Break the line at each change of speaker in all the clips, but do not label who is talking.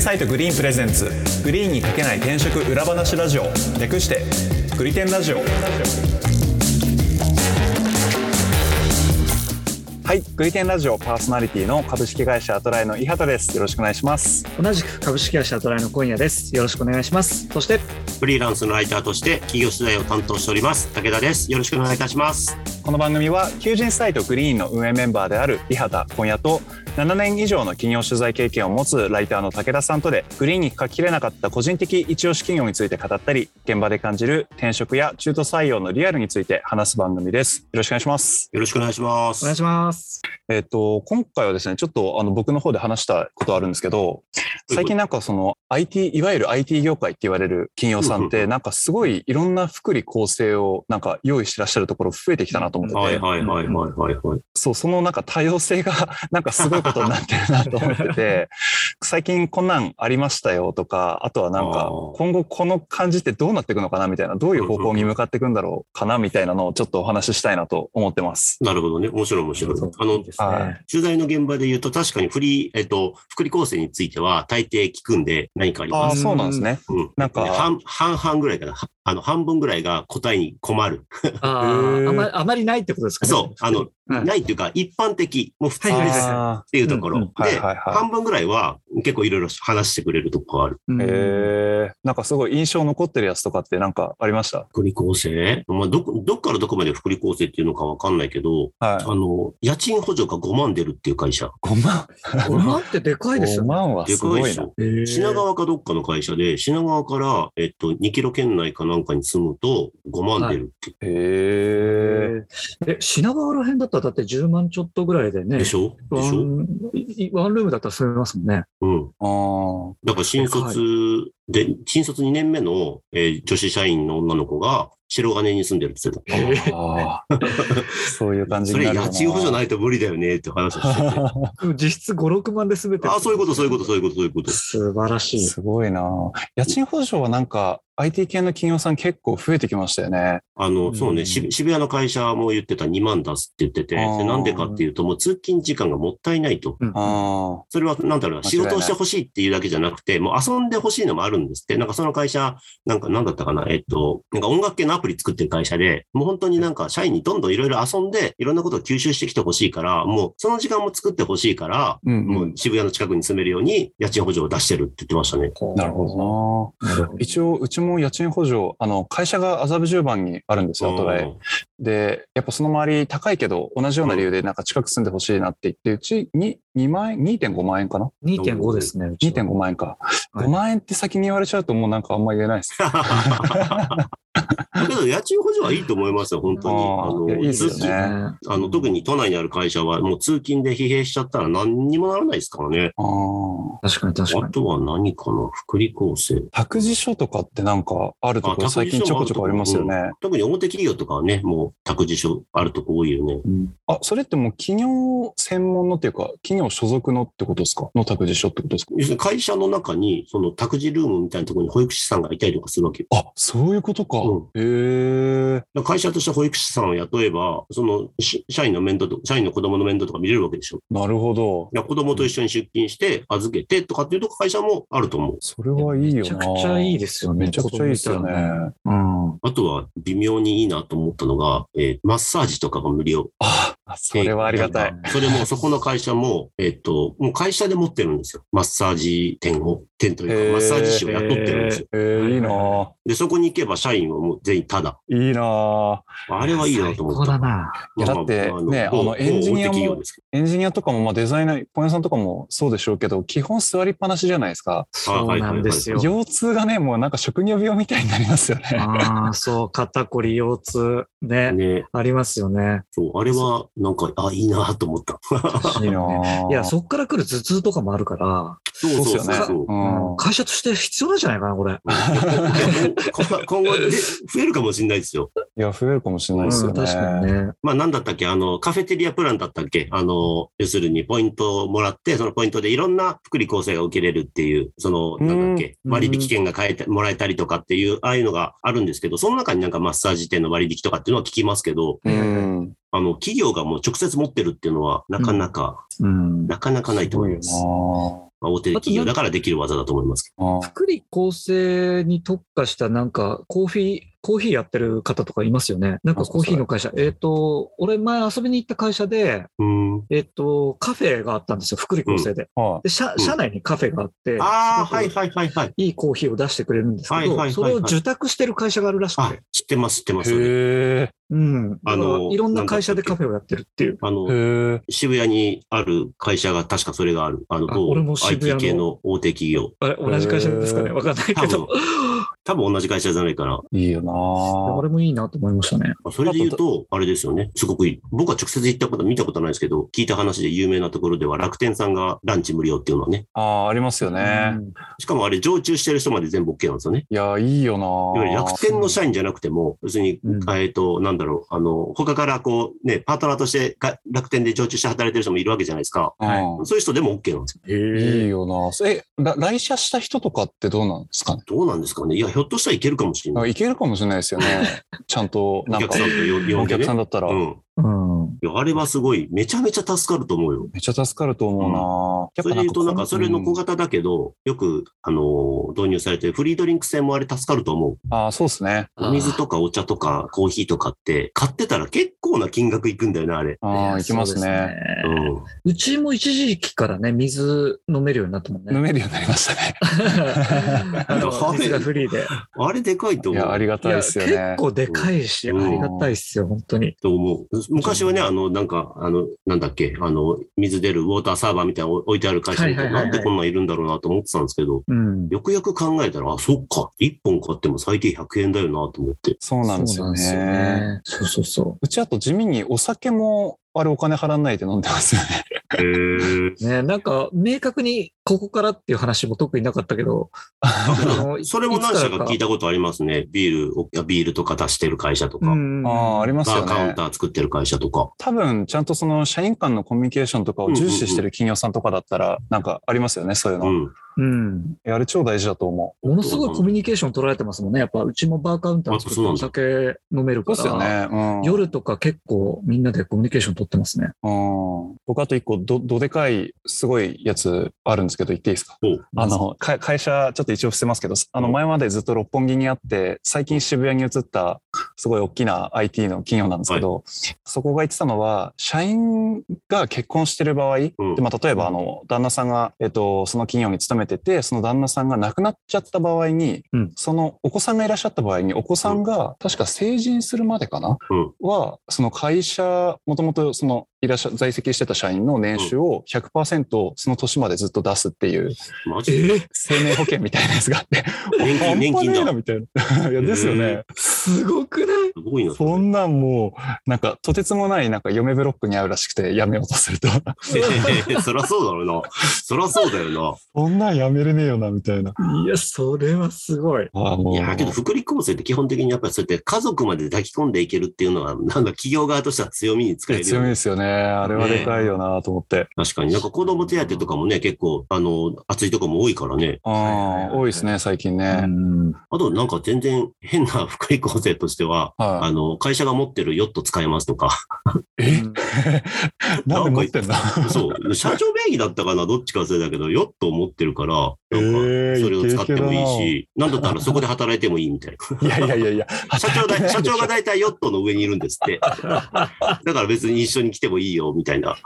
サイトグリーンプレゼンツグリーンにかけない転職裏話ラジオ略してグリテンラジオはいグリテンラジオパーソナリティの株式会社アトライの伊畑ですよろしくお願いします
同じく株式会社トライの今夜です。よろしくお願いします。そして、
フリーランスのライターとして企業取材を担当しております武田ですよろしくお願いいたします
この番組は求人サイトグリーンの運営メンバーである伊畑今夜と7年以上の企業取材経験を持つライターの武田さんとでグリーンに書ききれなかった個人的一押し企業について語ったり現場で感じる転職や中途採用のリアルについて話す番組ですよろしくお願いします
よろしくお願いしま
お願い
す
します。
えっ、と今回はですねちょっとあの僕の方で話したことあるんですけど最近なんかその IT いわゆる IT 業界って言われる企業さんっ
うん
てなんかすごいいろんな福利厚生をなんか用意してらっしゃるところ増えてきたなと思ってて、
はいはいはいはいはいはい
そう、そのなんか多様性 がなんかすごいことになってるなと思ってて、最近こんなんありましたよとか、あとはなん
あ
か
ー
今後この感じってどうなっていくのかなみたいな、どういう方向に向かっていくんだろうかなみたいなのをちょっとお話ししたいなと思ってます。
なるほどね面白い面白いあの
です
はい
ね。
取材の現場で言うと確かにフリーえっと福利構成については大抵聞くんで何かあり
あ
ま
あー、
す
そうなんですね。
うん、
なんか
半半々ぐらいかなあの半分ぐらいが答えに困る
あ
へー
ーあまりあまりないってことですかね。
そうあの、
はい
ないっていうか一般的もう普通
は
で
いは
す、
いはい
あ
っていうところ、
うんう
はい
で、
はいはい
半分ぐらいは結構いろいろ話してくれるとこがある。
うん
ーへえ、なんかすごい印象残ってるやつとかってなんかありました
福利厚生、まあ、どこどっからどこまで福利厚生っていうのかわかんないけど、
はい。
あの、家賃補助が5万出るっていう会社。
5万
5万ってでかいです
?5
よね。
万は
ですかい
ご
で
い
し
な。
ょ。
へー
品川かどっかの会社で、品川から、えっと、2キロ圏内かなんかに住むと5万出るって、
へえ。
え、品川ら辺だったらだって10万ちょっとぐらいでね。
でしょで
ワ
しょ、
ンいワンルームだったら住めますもんね。
うん。
あー
だから新卒で、新卒2年目の、えー女子社員の女の子が白金に住んでるって言ってた。
あー。そういう感じ
そ
にな
れ
るよな
家賃補助ないと無理だよねって話をしてて。
でも実質5、6万で 住めて
あ、そういうこと、そういうこと、そういうこと、そういうこと。
素晴らしい。
すごいな家賃保証はなんか IT 系の企業さん結構増えてきましたよね。
あの、そう
うん
ね、し渋谷の会社も言ってた2万出すって言ってて、
あー
でなんでかっていうと、もう通勤時間がもったいないと。
うん
あ
それは、なんだろうな、
間違い
仕
ない
事をしてほしいっていうだけじゃなくて、もう遊んでほしいのもあるんですって。なんかその会社、なんかなんだったかな、えっと、なんか音楽系のアプリ作ってる会社で、もう本当になんか社員にどんどんいろいろ遊んで、いろんなことを吸収してきてほしいから、もうその時間も作ってほしいから、
あ。うん、
もう渋谷の近くに住めるように家賃補助を出してるって言ってましたね。
なるほど
なるほ
な。
ど。
一応、うちも家賃補助、あの、会社が麻布十番にあるんですよ、トライ。 で、やっぱその周り高いけど、同じような理由でなんか近く住んでほしいなって言って、うちに2万円、2.5万円かな
2.5ですね。うちは
?2.5 万円か。
はい
5万円って先に言われちゃうともうなんかあんま言えないです。
だけど家賃補助はいいと思いますよ、本当に。
あー
あの
いやいいですよね
通勤あの特に都内にある会社は、もう通勤で疲弊しちゃったら何にもならないですからね。
ああ。
確かに確か
あ
に。
とは何かな、福利厚生。
託児所とかってなんかあるところ
あ
最近ちょこちょこありますよね。
特に大手企業とかはね、もう託児所あるとこ多いよね。
あ、それってもう企業専門のっていうか、企業所属のってことですかの託児所ってことですか
要するに会社の中に、その託児ルームみたいなところに保育士さんがいたりとかするわけよ。
あ、そういうことか。へえ。
だから会社として保育士さんを雇えば、そのし社員の面倒と、社員の子供の面倒とか見れるわけでしょ。
なるほど。
だから子供と一緒に出勤して、預けてとかっていうと会社もあると思う。
それはいいよな。
めちゃくちゃいいですよね。
めちゃくちゃいいですよね。
うん。
あとは微妙にいいなと思ったのが、えーマッサージとかが無料。
あ、それはありがたい。
それも、そこの会社も、えっと、もう会社で持ってるんですよ。マッサージ店を、店というか、マッサージ師を雇ってるんですよ。
えー、いいなぁ
で、そこに行けば社員はもう全員タダ。
いいなぁ
あれはいいなと思
最高
っ
だ
た。
な。
いやだって
ま
ね
某
あのエンジニアも
某大手企業ですけ
エンジニアとかも、まあ、デザイナー、本屋さんとかもそうでしょうけど、基本座りっぱなしじゃないですか。
そうなんですよ。
腰痛がね、もうなんか職業病みたいになりますよね。
ああ、そう、肩こり、腰痛、
ど
ね、
ね、
ありますよね。
そう、あれは、なんか、あ、いいなと思 った。
いいなぁ
いや、そっから来る頭痛とかもあるから、
そう
そうっす
そう
よね。
そう。
うん
会社として必要なんじゃないかな、これ。
今今後で、増えるかもしれないですよ。
いや、増えるかもしれないです
う
よ
ん、
ね。
確かにね。
まあ、なんだったっけあの、カフェテリアプランだったっけあの、要するにポイントをもらって、そのポイントでいろんな福利厚生が受けれるっていう、その、なんだっけ、
うん
割引券が変えてもらえたりとかっていう、ああいうのがあるんですけど、その中になんかマッサージ店の割引とかっていうのは聞きますけど、
うん。
あの、企業がもう直接持ってるっていうのは、なかなか、
うん。
なかなかないと思います。
あ
まあ、大手企業だからできる技だと思いますけど。
あー
福利厚生に特化したなんかコーヒー、コーヒーやってる方とかいますよね。なんかコーヒーの会社。えっ、と、俺前遊びに行った会社で、
うん。
えっ、と、カフェがあったんですよ。福利厚生で。
は
で社
うん
社内にカフェがあって、
ああ、
すごく
はいはいはいはい。
いいコーヒーを出してくれるんですけど、
はいはいはいはい
それを受託してる会社があるらしく
あ
て、、
知ってます、知ってま
い。
す。それ
へえ。
うん。
あの
いろんな会社でカフェをやってるっていう。
あ
へ
の、
え。
渋谷にある会社が確かそれがある。あの、
あ俺も
某
渋谷の
IT 系の大手企業。
あれ、同じ会社ですかね
へー
わかん ないけど。
多分同じ会社じゃないから。
いいよな
あれもいいなと思いましたね。
それで言うと、あれですよね。すごくいい。僕は直接行ったこと、見たことないですけど、聞いた話で有名なところでは楽天さんがランチ無料っていうのはね。
ああー、ありますよね
う。ん
しかもあれ、常駐してる人まで全部 OK なんですよね。
いや、いいよ
いわゆる
な
楽天の社員じゃなくても、別に、
うん
えっと、なんだろう、あの、他からこう、ね、パートナーとしてが楽天で常駐して働いてる人もいるわけじゃないですか。
うん
そういう人でも OK なんですよ。
いいよなえ、ら来社した人とかってどうなんですかね
どうなんですかね。いや、ひょっとしたらいけるかもしれ
あ
ない。
いけるかもしれないですよね。 ちゃんと、
お
なん
客
か
さん、と呼ん呼
お
んで
客
ね
さ。んだったら
う、ん。
うん。
いや、あれはすごい、めちゃめちゃ助かると思うよ。
めっちゃ助かると思うな
それで言うと、なん
こ
か、それの小型だけど、よく、あの、導入されてるフリードリンク製もあれ助かると思う。
うんあー、そうですね。
お水とかお茶とかコーヒーとかって、買ってたら結構な金額いくんだよね、あれ。
ああ、いきます
そう
ね。
です
う
ね
ん。
うちも一時期からね、水飲めるようになったもん
飲
ね。
めるようになりました ね。
あの水がフリーで。
あれでかいと
い
思う。
や、ありが
い
たい
や、
です
結
よね。
構でかいし、あ
うん
りがたいっすよ、本当に。
と思う。昔はね、あの、なんか、あの、なんだっけ、あの、水出るウォーターサーバーみたいなの置いてある会社みたい
はいは
な、
い
な
はい
ん
はい
でこんなんいるんだろうなと思ってたんですけど、
うん。
よくよく考えたら、あ、そっか、1本買っても最低100円だよなと思って。
そうなんですよ
そうなんですよ
ね。
ねそうそうそう
うちあと地味にお酒も、あれお金払わないで飲んでますよね。
へー。
ね、なんか、明確にここからっていう話も特になかったけ ど、あの
それも何社か聞いたことありますね。ビールを、あビールとか出してる会社とか、
う ん
ああ、あります
バ
よ
ーカウン
ね
タ。ー作ってる会社とか。
多分、ちゃんとその社員間のコミュニケーションとかを重視してる企業さんとかだったら、なんかありますよね、そういう
う
の。
ん。
うん。
いやあれ超大事だと思
ものすごいコミュニケーション取られてますもんね。やっぱ、うちもバーカウンター作ってお酒飲める
う。そうで
か
すよ
ら、
ね。うん。
夜とか結構みんなでコミュニケーション取ってますね。
うん。僕あと一個ど、どでかい、すごいやつあるんですけど、言っていいですか
お
あの、か会社、ちょっと一応伏せますけど、あの、
うん
前までずっと六本木にあって、最近渋谷に移った、すごい大きな IT の企業なんですけど、そこが言ってたのは、社員が結婚してる場合、
うん
でまあ、例えば、あの、旦那さんが、えっと、その企業に勤めてて、その旦那さんが亡くなっちゃった場合に、
うん
そのお子さんがいらっしゃった場合に、お子さんが、確か成人するまでかな、
うん
は、その会社、もともとその、いらっしゃ、在籍してた社員の年収を100%その年までずっと出すっていう、
マジで
生命保険みたいなやつがあって。
年金年金
半端
だ
ねえなみたいな。いや、ですよね。
すごくない
すごいな。それ
そんなんもう、なんか、とてつもない、なんか、嫁ブロックに合うらしくて、やめようとすると。
そらそうだろうな。そら そうだよ
そんなんやめれねえよな、みたいな。
いや、それはすごい。
ああ、も
な。
う。
いや、けど、福利厚生って基本的にやっぱりそうやって家族まで抱き込んでいけるっていうのは、なんか企業側としては強みに使えるよ
強み
ね。
ですよね。あれはでかいよな、と思って。
確かに。なんか子供手当とかもね、結構、あの、熱いとこも多いからね。
ああ、多いですね、最近
う
ね。
ん
あと、なんか全然変な福利厚生としては、あ
は
の、会社が持ってるヨット使えますとか、
い。えなんで持ってんだ
そう、社長名義だったかな、どっちか忘れたけど、ヨットを持ってるから、なんか、
ええ
それを使
イ
っ
ケイケ
て
だ
も
ない
いし、なんだったらそこで働いてもいいみたいな。
いやいやいやいや。
社長だ、社長が大体ヨットの上にいるんですって。だから別に一緒に来てもいいよ、みたいな。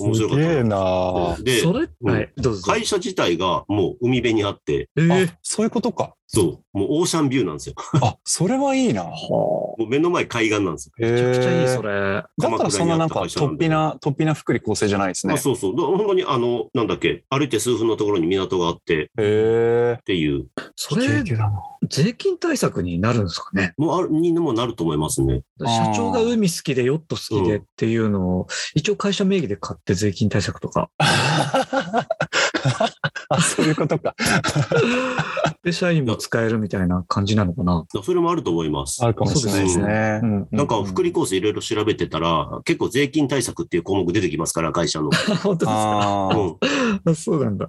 面
す
白かっ
げえ
た
な
な。で、
それ、
うん
はい、どうぞどうぞ。
会社自体がもう海辺にあって、
えー
あ、そういうことか。
そう、もうオーシャンビューなんですよ。
あ、それはいいな。
は
もう目の前海岸なんですよ。
め
あめちゃくちゃいい、それ。
だったらそんななんか、突
鎌倉にあった会社なんで
飛な、突飛な福利厚生じゃないですね
あ。そうそう。だから本当にあの、なんだっけ、歩いて数分のところに港があってっ
へえ。
ていう、
それ、税金対策になるんですかね。
もうある、にもなると思いますね。
あ
社
ー
長が海好きで、ヨット好きでっていうのを、一応会社名義で買って税金対策と か。
あ、そういうことか。
で、社員も使えるみたいな感じなのかな。
だからそれもあると思います
あ。るかもしれないですね。
な
なんか、福利厚生いろいろ調べてたら、結構税 金対策っていう項目出てきますから、会社の。
本当です
あ
か
う
あ。
ん。
あそうなんだ。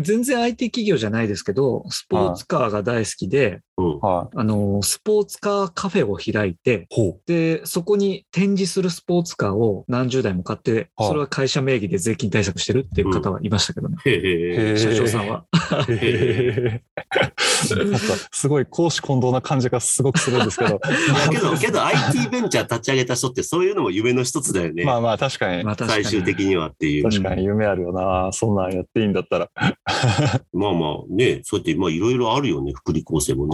全然 IT 企業じゃないですけど、スポーツカーが大好きで、
うん。
は
あの、スポーツカーカフェを開いて、
い。ほう。
で、そこに展示するスポーツカーを何十台も買って、
はい
それは会社名義で税金対策してるっていう方はいましたけどね、
へえ。
へー
社長さんは。
へーなんかすごい公私混同な感じがすごくするんですけど
だけど、けど IT ベンチャー立ち上げた人ってそういうのも夢の一つだよね。
まあまあ確かに
まあ確か
最
に
終的にはっていう。
確かに夢あるよなそんなんやっていいんだったら
まあまあね、そうやって、まあいろいろあるよね、福利厚生も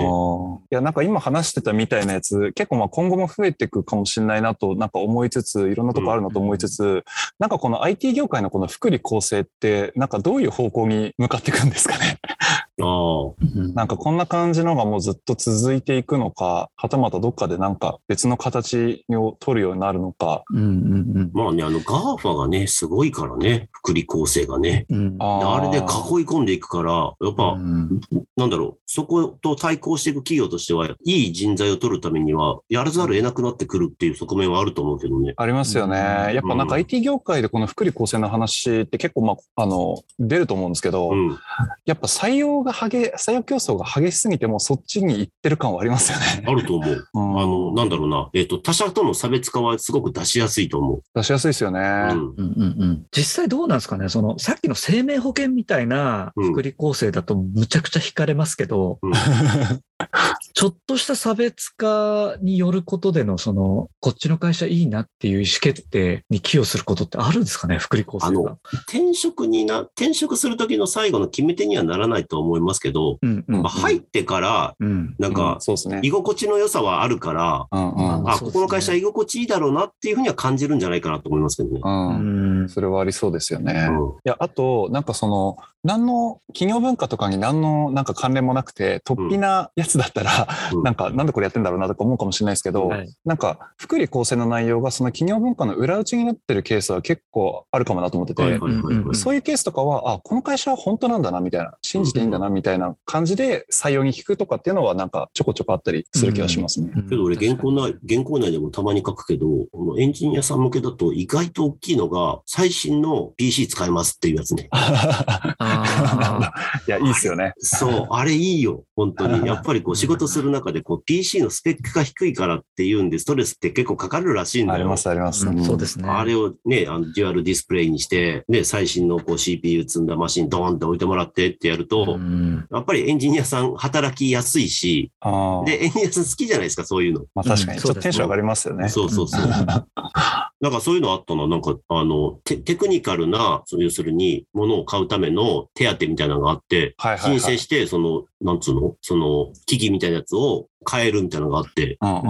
あ
ね。
ーいや、なんか今話してたみたいなやつ、結構まあ今後も増えていくかもしれないなと、なんか思いつつ、いろんなとこあるなと思いつつ、なんかこの IT 業界のこの福利厚生って、なんかどういう方向に向かっていくんですかね。
ああ。
うん
なんかこんな感じのがもうずっと続いていくのか、はたまたどっかでなんか別の形を取るようになるのか。
うんうん
まあね、あの、ガーファがね、すごいからね、福利厚生がね。
うんうん。
であれで囲い
か
込んでいくから、やっぱ、
うん
なんだろう、そこと対抗していく企業としては、いい人材を取るためには、やらざるを得なくなってくるっていう側面はあると思うけどね。
ありますよね。やっぱなんか
うん
IT 業界でこの福利厚生の話って結構まあ、あの、出ると思うんですけど、
うん。
やっぱ採用が激、採用競争が激しすぎてもうそっちに行ってる感はありますよね。
あると思う。
う
あ
ん、
の、なんだろうな、えっ、と、他者との差別化はすごく出しやすいと思う。
出しやすいですよね。
うん。
うんうんうん実際どうなんですかね、そのさっきの生命保険みたいな
うん
福利厚生だと、むちゃくちゃ引かれますけど、
うん
ちょっとした差別化によることでの、そのこっちの会社いいなっていう意思決定に寄与することってあるんですかね、福利厚
あ
生が
の。転職にな、転職する時の最後の決め手にはならないと思いますけど、
うんうん
まあ、入ってから、
うん
なんか
う、 そうですね
居。心地の良さはあるから、
うんう
ま
ん。
あ、
そうです
こ
ね
この会社居心地いいだろうなっていうふうには感じるんじゃないかなと思いますけどね。
う
うん。
ん
それはありそうですよね。い
うん
や、あと、なんかその、何の、企業文化とかに何のなんか関連もなくて、突飛なやつだったら、
うん
なんか、なんでこれやってんだろうなとか思うかもしれないですけど、
はい
なんか、福利厚生の内容がその企業文化の裏打ちになってるケースは結構あるかもなと思ってて、
はいはいはいはい
そういうケースとかは、あ、この会社は本当なんだな、みたいな、信じていいんだな、みたいな感じで採用に聞くとかっていうのは、なんかちょこちょこあったりする気がしますね。
けど俺原稿
うん
内、原稿内でもたまに書くけど、このエンジニアさん向けだと意外と大きいのが、最新の PC 使えますっていうやつね。
あ
いや、いいっすよね。
そう、あれいいよ、本当に。やっぱりこう仕事する中で、こう PC のスペックが低いからっていうんで、ストレスって結構かかるらしいん
あ
だ
り
よ。
ますあります。
ーうんそうですね。
あれをね、あのデュアルディスプレイにして、ね、最新のこう CPU 積んだマシンドーンって置いてもらってってやると、
うん
やっぱりエンジニアさん働きやすいし、
ああ。
で、エンジニアさん好きじゃないですか、そういうの。
まあ確か
う
に、
ん
ちょっとテンション上がりますよね。
そうそうそう。 なんかそういうのあったな、なんか、あの、テテクニカルな、そう要するに、物を買うための手当みたいなのがあって、
はいはいは
申
い
請して、その、なんつうのその、機器みたいなやつを買えるみたいなのがあって、
うんうんうん。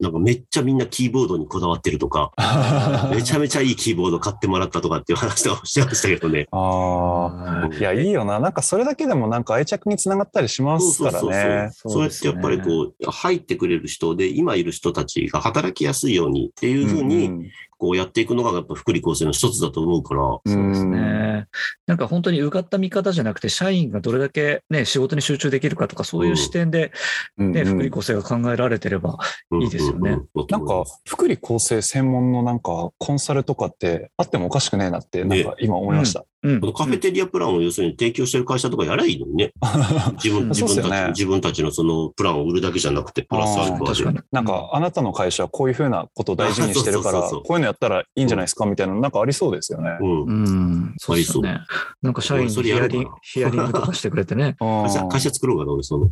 なんかめっちゃみんなキーボードにこだわってるとか、 めちゃめちゃいいキーボード買ってもらったとかっていう話とかもしてましたけどね。
あ
あ
あ。いや、いいよな。なんかそれだけでもなんか愛着につながったりしますからね。
そうそうそうそうやってやっぱりこう、入ってくれる人で、今いる人たちが働きやすいようにっていうふうに、
ん
こうやっていくのがやっぱ福利厚生の一つだと思うから、
ん
そうです。ね。なんか本当にうがった見方じゃなくて、社員がどれだけね、仕事に集中できるかとか、そういう視点で
うん
ね、
うん
福利厚生が考えられてれば、
うん
いいですよね。
うう
なんか、福利厚生専門のなんか、コンサルとかってあってもおかしくねえなって、なんか今思いました。
うん
このカフェテリアプランを要するに提供してる会社とかやればいいのにね。 自分
うん
自
そう
分
っす
た
よね
ち、自分たちのそのプランを売るだけじゃなくて、プラスアルフ
確か
ァで。
に。
なんか、あなたの会社はこういうふうなことを大事にしてるから、
あそうそうそうそ
こ
う
ういうのやったらいいんじゃないですかみたいな、なんかありそうですよね。。
うん
うん、そうですよ
あ
ね。なんか社員に
それ
ヒ
や
ア
る
リン
か
グ
な
ヒアリングとかしてくれてね
会
会社会社作ろうかな、俺、その。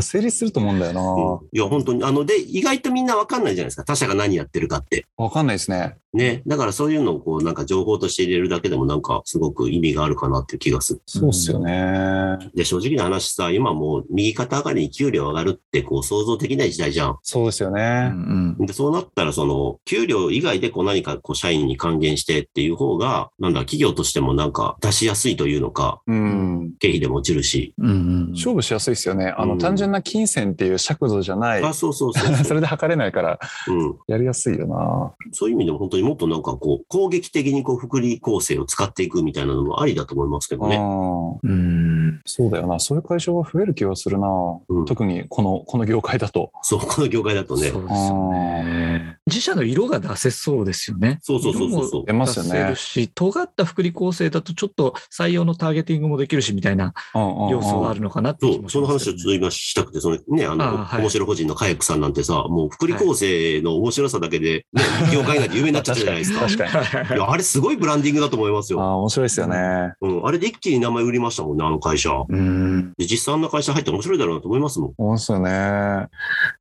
成立すると思うんだよ
うんいや、本当に。あの、で、意外とみんなわかんないじゃないですか。他社が何やってるかって。
な。わかんないですね。
ね。だからそういうのをこう、なんか情報として入れるだけでもなんかすごく意味があるかなっていう気がする。
そうっすよね。
で、正直な話さ、今もう右肩上がりに給料上がるってこう、想像できない時代じゃん。
そうですよ
うん
ね。
で、そうなったら、その、給料以外でこう何かこう社員に還元してっていう方が、なんだ、企業としてもなんか出しやすいというのか、
うん。
経費でも落ちるし。
うんうん
勝負しやすいですよね。あの、
うん
単純な金銭っていう尺度じゃない。
あ、そうそうそう
それで測れないから、
う。うん。
やりやすいよな。
そういう意味でも本当ににもっとなんかこう、攻撃的にこう、福利構成を使っていくみたいなのもありだと思いますけど
あ
ね。
ー
うん。
そうだよな。そういう会社が増える気がするな。
うん
特にこの、この業界だと。
そう、この業界だとね。
そうですよね。自社の色が出せそうですよね。
そうそうそうそうそう
出。ますよ
出せ
ね
る。し、尖った福利構成だとちょっと採用のターゲティングもできるしみたいな
うんうんうん
要素はあるのかなって
そ
気も
う、
し
その
ま
話
す
を
け
ち
ど
ょっと今したくて、そのね、あの、
あーはい
面白個人のカヤックさんなんてさ、もう福利構成の面白さだけで、ね業界内で有名になっちゃったじゃないですか。
確かに。
い
ね。
や、あれすごいブランディングだと思います
あ
よ。
あ、面白いですよね。
うん、あれで一気に名前売りましたもんね、あの会社。
うん。
で、実際あんな会社入ったら面白いだろうなと思いますもん。
そうですよね。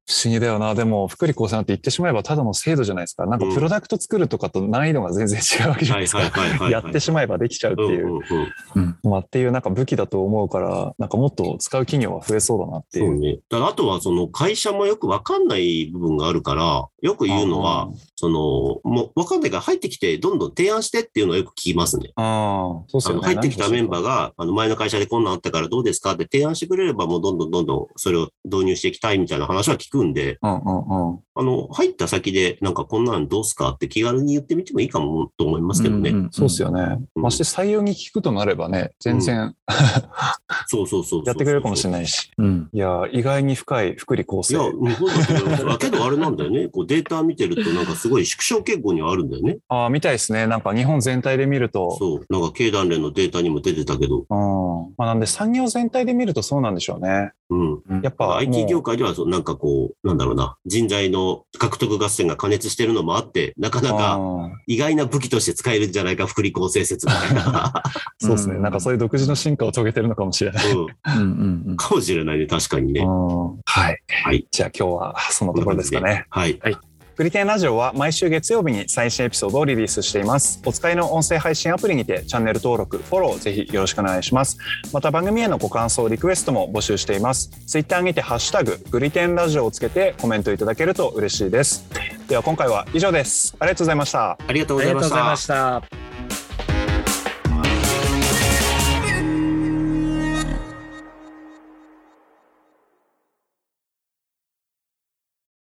不思議だよな。でも、福利厚生なんて言ってしまえばただの制度じゃないですか。なんか
うん
プロダクト作るとかと難易度が全然違うわけじゃな
はい
で
い
す
はい
か。
はいはい、はい。
やってしまえばできちゃうっていうう。
んうんうん
うん
まあっていうなんか武器だと思うから、なんかもっと使う企業は増えそうだなってい
そう
う。
ね。ただあとは、その会社もよくわかんない部分があるから、よく言うのは、その、もうわかんないから入ってきて、どんどん提案してっていうのはよく聞きますね。
あー、あーそうです
あ
よ
の
ね。
入ってきたメンバ
が。
ーが、あの前の会社でこんなんあったからどうですかって提案してくれれば、もうどんどんどんどんそれを導入していきたいみたいな話は聞くんで、
うんうんうん。
あの、入った先でなんかこんなんどうすかって気軽に言ってみてもいいかもと思いますけどね。
んんん
そうですよね。
うん
まして採用に聞くとなればね、全然
そうそうそうそう。
やってくれるかもしれないし。
うん。
いやー、意外に深い福利厚
いや、
生。
うんそうだと思いますあけどあれなんだよね。こうデータ見てるとなんかすごい縮小傾向にはあるんだよね。
ああ、みたいですね。なんか日本全体で見ると。
そう。なんか経団連のデータにも出てたけど、
うん。まあなんで産業全体で見るとそうなんでしょうね。
うん。
やっぱ
IT 業
も
界ではそう、なんかこう、なんだろうな、人材の獲得合戦が加熱してるのもあって、なか
う、
なか
うん
意外な武器として使えるんじゃないか、福利厚生説みたいな。
そうですね。
うん
なんかそういう独自の進化を遂げてるのかもしれない。
うん
うんうんうん。
かもしれないね、確かに
う
ね。
んはい。
はい
じゃあ今日はそんなところですかね。
はい。
グリテンラジオは毎週月曜日に最新エピソードをリリースしています。お使いの音声配信アプリにてチャンネル登録、フォローをぜひよろしくお願いします。また番組へのご感想、リクエストも募集しています。ツイッターにてハッシュタグ、グリテンラジオをつけてコメントいただけると嬉しいです。では今回は以上です。ありがとうございました。
ありがとう
あ
ご
り
ざ
が
い
と
ま
うご
し
ざい
た
ま。した。